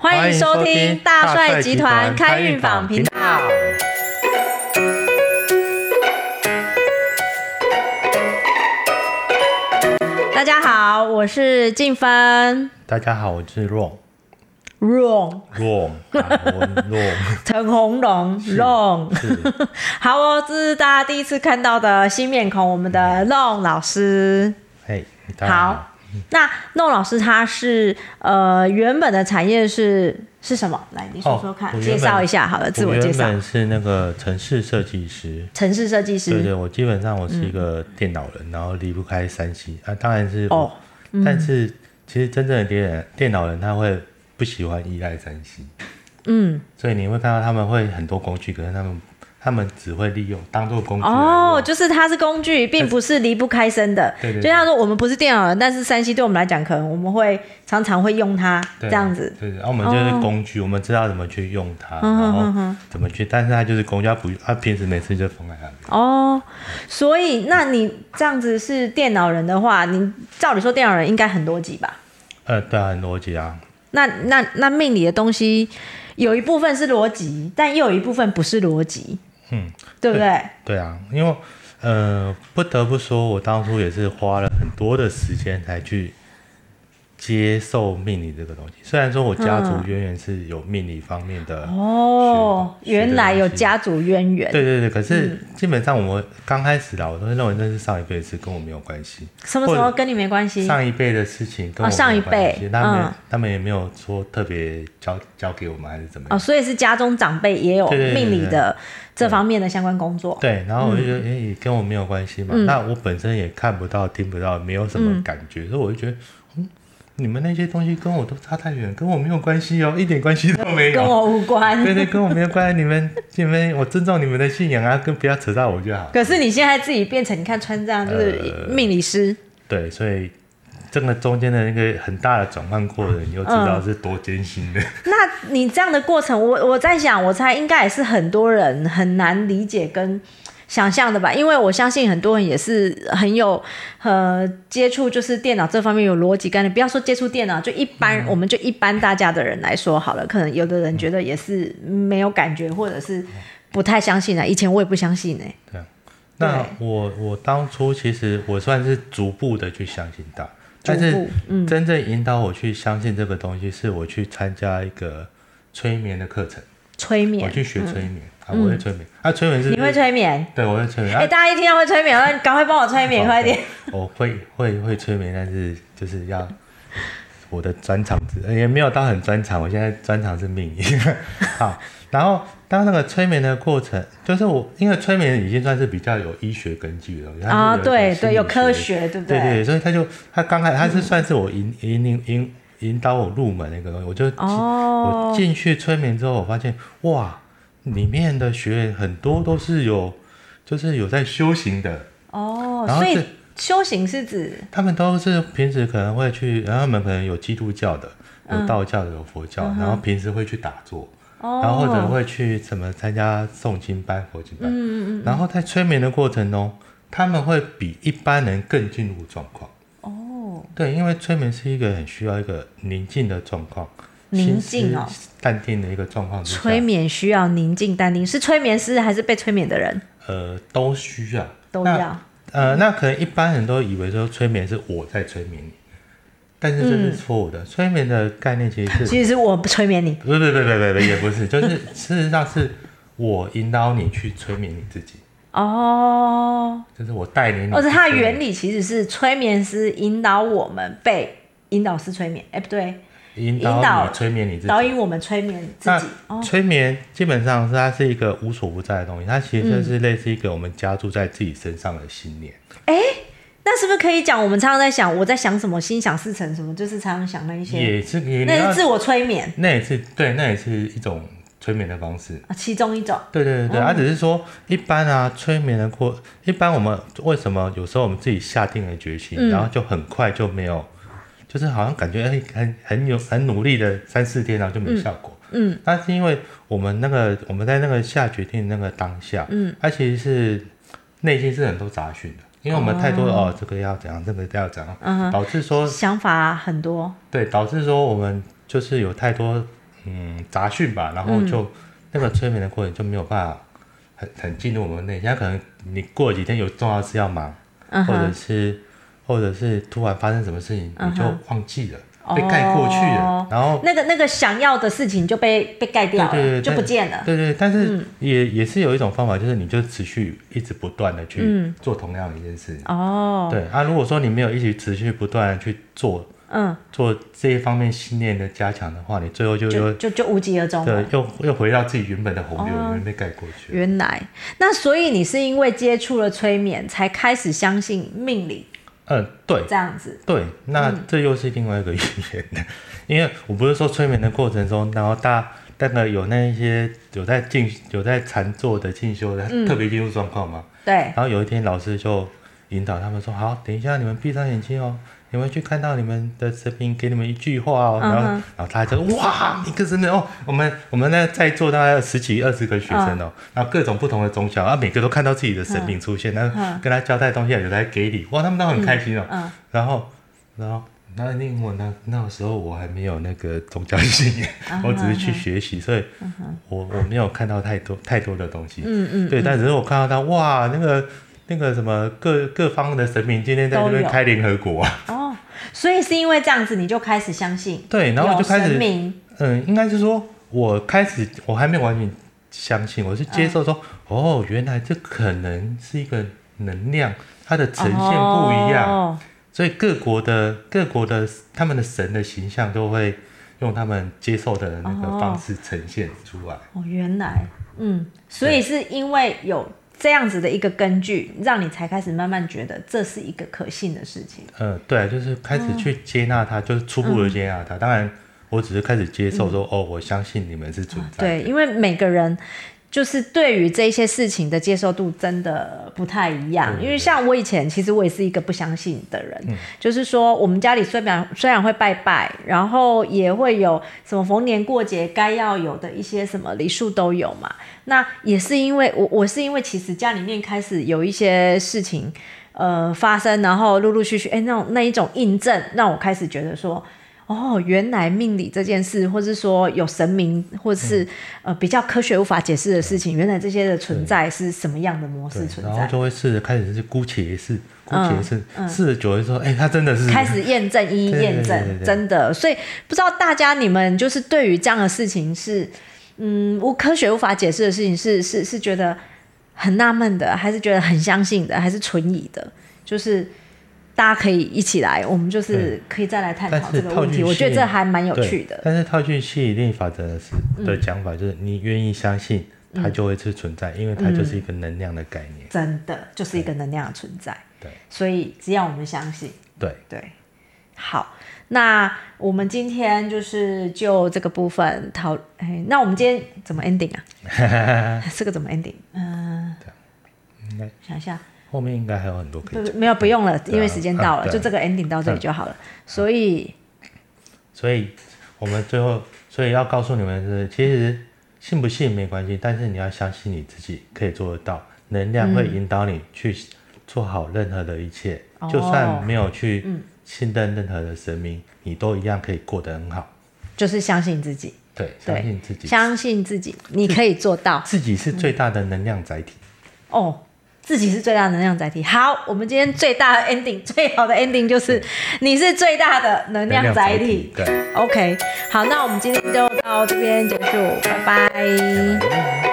欢迎收听大帅集团开运坊频道。大家好，我是静芬。大家好，我是若 Wrong，若啊我 若陈红龙 Long，是好哦，这是大家第一次看到的新面孔，我们的 Long 老师。嘿，大家好，那弄老师他是呃原本的产业是是什么？来，你说说看，哦我原介本绍一下好了，自我我介原绍。本是那个城市设计师，城市设计对师对，我基本上我是一个电脑人，然后离不开三 C 啊，当然是哦，但是其实真正的电电脑人他会不喜欢依赖三 C，嗯，所以你会看到他们会很多工具，可是他们他们只会利用当做工具来用哦，就是它是工具，并不是离不开身的。啊对对对就像说我们不是电脑人，但是三 C 对我们来讲，可能我们会常常会用它这对样子。哦嗯对，然后我们就是工具，我们知道怎么去用它，然后怎么去，但是它就是工具，它不，它平时没事就放在那里。哦，所以那你这样子是电脑人的话，你照理说电脑人应该很多级吧？呃，对啊，很逻辑啊，那那那命理的东西有一部分是逻辑，但又有一部分不是逻辑，嗯，对不对？对啊，因为呃，不得不说，我当初也是花了很多的时间才去接受命理这个东西。虽然说我家嗯族渊源是有命理方面的，哦，是的原来有家族渊源，对对对，可是嗯基本上我刚开始啦，我都会认为那是上一辈子跟我没有关系，什么什或么者跟你没关系。上一辈的事情跟嗯哦我上没一有关辈系，他们、嗯他们也没有说特别交交给我们还是怎么样。哦，所以是家中长辈也有对对对对命理对的这方面的相关工作。对，然后我就觉嗯得，哎、也跟我没有关系嘛。那我本身也看不到、听不到，没有什么感觉，所以我就觉得，嗯，你们那些东西跟我都差太远，跟我没有关系哦，一点关系都没跟有。我无关。对对，跟我没有关系。你们、你们，我尊重你们的信仰啊，跟不要扯到我就好。可是你现在自己变成，你看穿这样就是呃命理师，对，所以这个中间的那个很大的转换过程，你就知嗯道是多艰辛的。那你这样的过程，我我在想，我猜应该也是很多人很难理解跟想象的吧，因为我相信很多人也是很有呃接触，就是电脑这方面有逻辑概念。不要说接触电脑，就一般、嗯我们就一般大家的人来说好了，可能有的人觉得也是没有感觉，或者是不太相信啊。以前我也不相信呢、对啊，那对我我当初其实我算是逐步的去相信它，但是逐步嗯真正引导我去相信这个东西，是我去参加一个催眠的课程，催我眠，嗯去学催眠、啊，我会催眠、啊，催眠是你会？催眠？对，我会催眠。哎、啊大家一听到会催眠， 那赶快帮我催眠，好哎快点！我会会会催眠，但是就是要我的专长之呃也没有到很专长，我现在专长是命理。 好，然后当那个催眠的过程，就是我因为催眠已经算是比较有医学根据了它是啊，有一种对心对，理有科学学，对不对对，所以他就他刚开他是算是我引引领引引导我入门的一个东西，我就进、哦我进去催眠之后，我发现哇，里面的学员很多都是有就是有在修行的，哦，然后所以这修行是指他们都是平时可能会去，然后他们可能有基督教的，有道教的，有佛教，然后平时会去打坐。嗯哦，然后或者会去什么参加诵经班、佛经班，嗯嗯然后在催眠的过程中，他们会比一般人更进入状况。哦，对，因为催眠是一个很需要一个宁静的状况，宁静哦心思淡定的一个状况之下，催眠需要宁静淡定，是催眠师还是被催眠的人呃都需要都那要？呃，那可能一般人都以为说催眠是我在催眠你，但是这是错误的。催眠的概念其实嗯是，啊其实是我催眠你不是不是不是不是不是也不是，就是事实上是我引导你去催眠你自己，哦，就是我带领你。而且它的原理理其实是催眠师引导我们被引导式催眠，哎不对，引引导导你催眠你自己导。引我们催眠自己。那哦催眠基本上是它是一个无所不在的东西，它其实嗯就是类似一个我们加注在自己身上的信念。那是不是可以讲？我们常常在想我在想什么，心想事成什么，就是常常想那一些，也是也你那要是自我催眠那也是对，那也是一种催眠的方式。啊，其中一种。对对哦对对，它、只是说一般啊，催眠的过，一般我们为什么有时候我们自己下定了决嗯心，然后就很快就没有，就是好像感觉哎很很有很努力的三四天，然后就没效果。嗯，那是因为我们那个我们在那个下决定那个当下，嗯，它其实是内心是很多杂讯的，因为我们太多哦这个要怎样，这个要怎样，嗯哼哦导致说想法很多，对，导致说我们就是有太多嗯杂讯吧，然后就、嗯那个催眠的过程就没有办法很很进入我们内心，他可能你过了几天有重要的事要忙，嗯或者哼，是或者是突然发生什么事情，你就嗯忘记了，哦被盖过去了，然后。那个那个想要的事情就被被盖掉了，哦对对对就不见了。对对，但是嗯也、也是有一种方法，就是你就持续一直不断的去嗯做同样的一件事。哦，对啊，如果说你没有一直持续不断的去做嗯，做这一方面信念的加强的话，你最后就就又就就无疾而终对了。又又回到自己原本的洪流哦里面被盖过去。原来，那所以你是因为接触了催眠，才开始相信命理嗯，对这样子。对，那这又是另外一个语言 的，因为我不是说催眠的过程中，然后大那个有那一些有在进有在禅坐的进修的，特别进入状况嘛。对，然后有一天老师就引导他们说：“好，等一下你们闭上眼睛哦，你们去看到你们的神明给你们一句话哦。然后嗯哼然后大家就哇，一个真的哦，我们我们那在座大概有十几二十个学生哦，然后各种不同的宗教，啊每个都看到自己的神明出现，然后嗯嗯跟他交代东西，有来给礼，哇，他们都很开心哦。嗯，然后然后。那另我那那时候我还没有那个宗教信仰， 我只是去啊学习，所以我我没有看到太多太多的东西。嗯嗯，对，但只是我看到他哇，那个那个什么各各方的神明今天在那边都有开联合国啊，哦，所以是因为这样子，你就开始相信， 对，然后我就开有神始，明，嗯，应该是说我开始我还没有完全相信，我是接受啊说、哦，原来这可能是一个能量，它的呈现不一样，哦、所以各国的各国的他们的神的形象都会用他们接受的那个方式呈现出来，哦，原来，嗯，所以是因为有这样子的一个根据，让你才开始慢慢觉得这是一个可信的事情。嗯，对，就是开始去接纳它，就是初步的接纳嗯它。当然，我只是开始接受说，哦，我相信你们是存在。对，因为每个人就是对于这些事情的接受度真的不太一样。因为像我以前，其实我也是一个不相信的人，嗯就是说我们家里虽然虽然会拜拜，然后也会有什么逢年过节该要有的一些什么礼数都有嘛。那也是因为我我是因为其实家里面开始有一些事情。呃，发生，然后陆陆续续，哎，那种那一种印证，让我开始觉得说，哦，原来命理这件事，或是说有神明，或嗯是、呃比较科学无法解释的事情，原来这些的存在是什么样的模式对存然后在，就会试着开始是姑且一试，姑且一试，嗯试了久了说，哎、它真的是开始验证一一对对验证对对，对真的。所以不知道大家你们就是对于这样的事情是，嗯，无科学无法解释的事情是是是觉得很纳闷的，还是觉得很相信的，还是存疑的？就是大家可以一起来，我们就是可以再来探讨但这是个套问题。进我觉得去这还蛮有对趣的。嗯但是套句吸引力法则的是的讲法，就是你愿意相信，它就会是存在，因为它嗯就是一个能量的概念。真的就是一个能量的存在。对所以只要我们相信，对，对，好，那我们今天就是就这个部分讨，哎，那我们今天怎么 ending 啊？这个怎么 ending？嗯、应该想一下，后面应该还有很多可以不讲。，没有，不用了，对啊因为时间到啊了，对啊就这个 ending 到这里就好了。所以，所以我们最后，所以要告诉你们是，其实信不信没关系，但是你要相信你自己可以做得到，能量会引导你去做好任何的一切，哦就算没有去信任任何的神明，你都一样可以过得很好。就是相信自己，对，嗯对相信自己，相信自己，你可以做到。自己是最大的能量载体。哦，自己是最大的能量载体。好，我们今天最大的 ending，最好的 ending 就是你是最大的能量载体。能量载体 OK，好，那我们今天就到这边结束，拜拜对。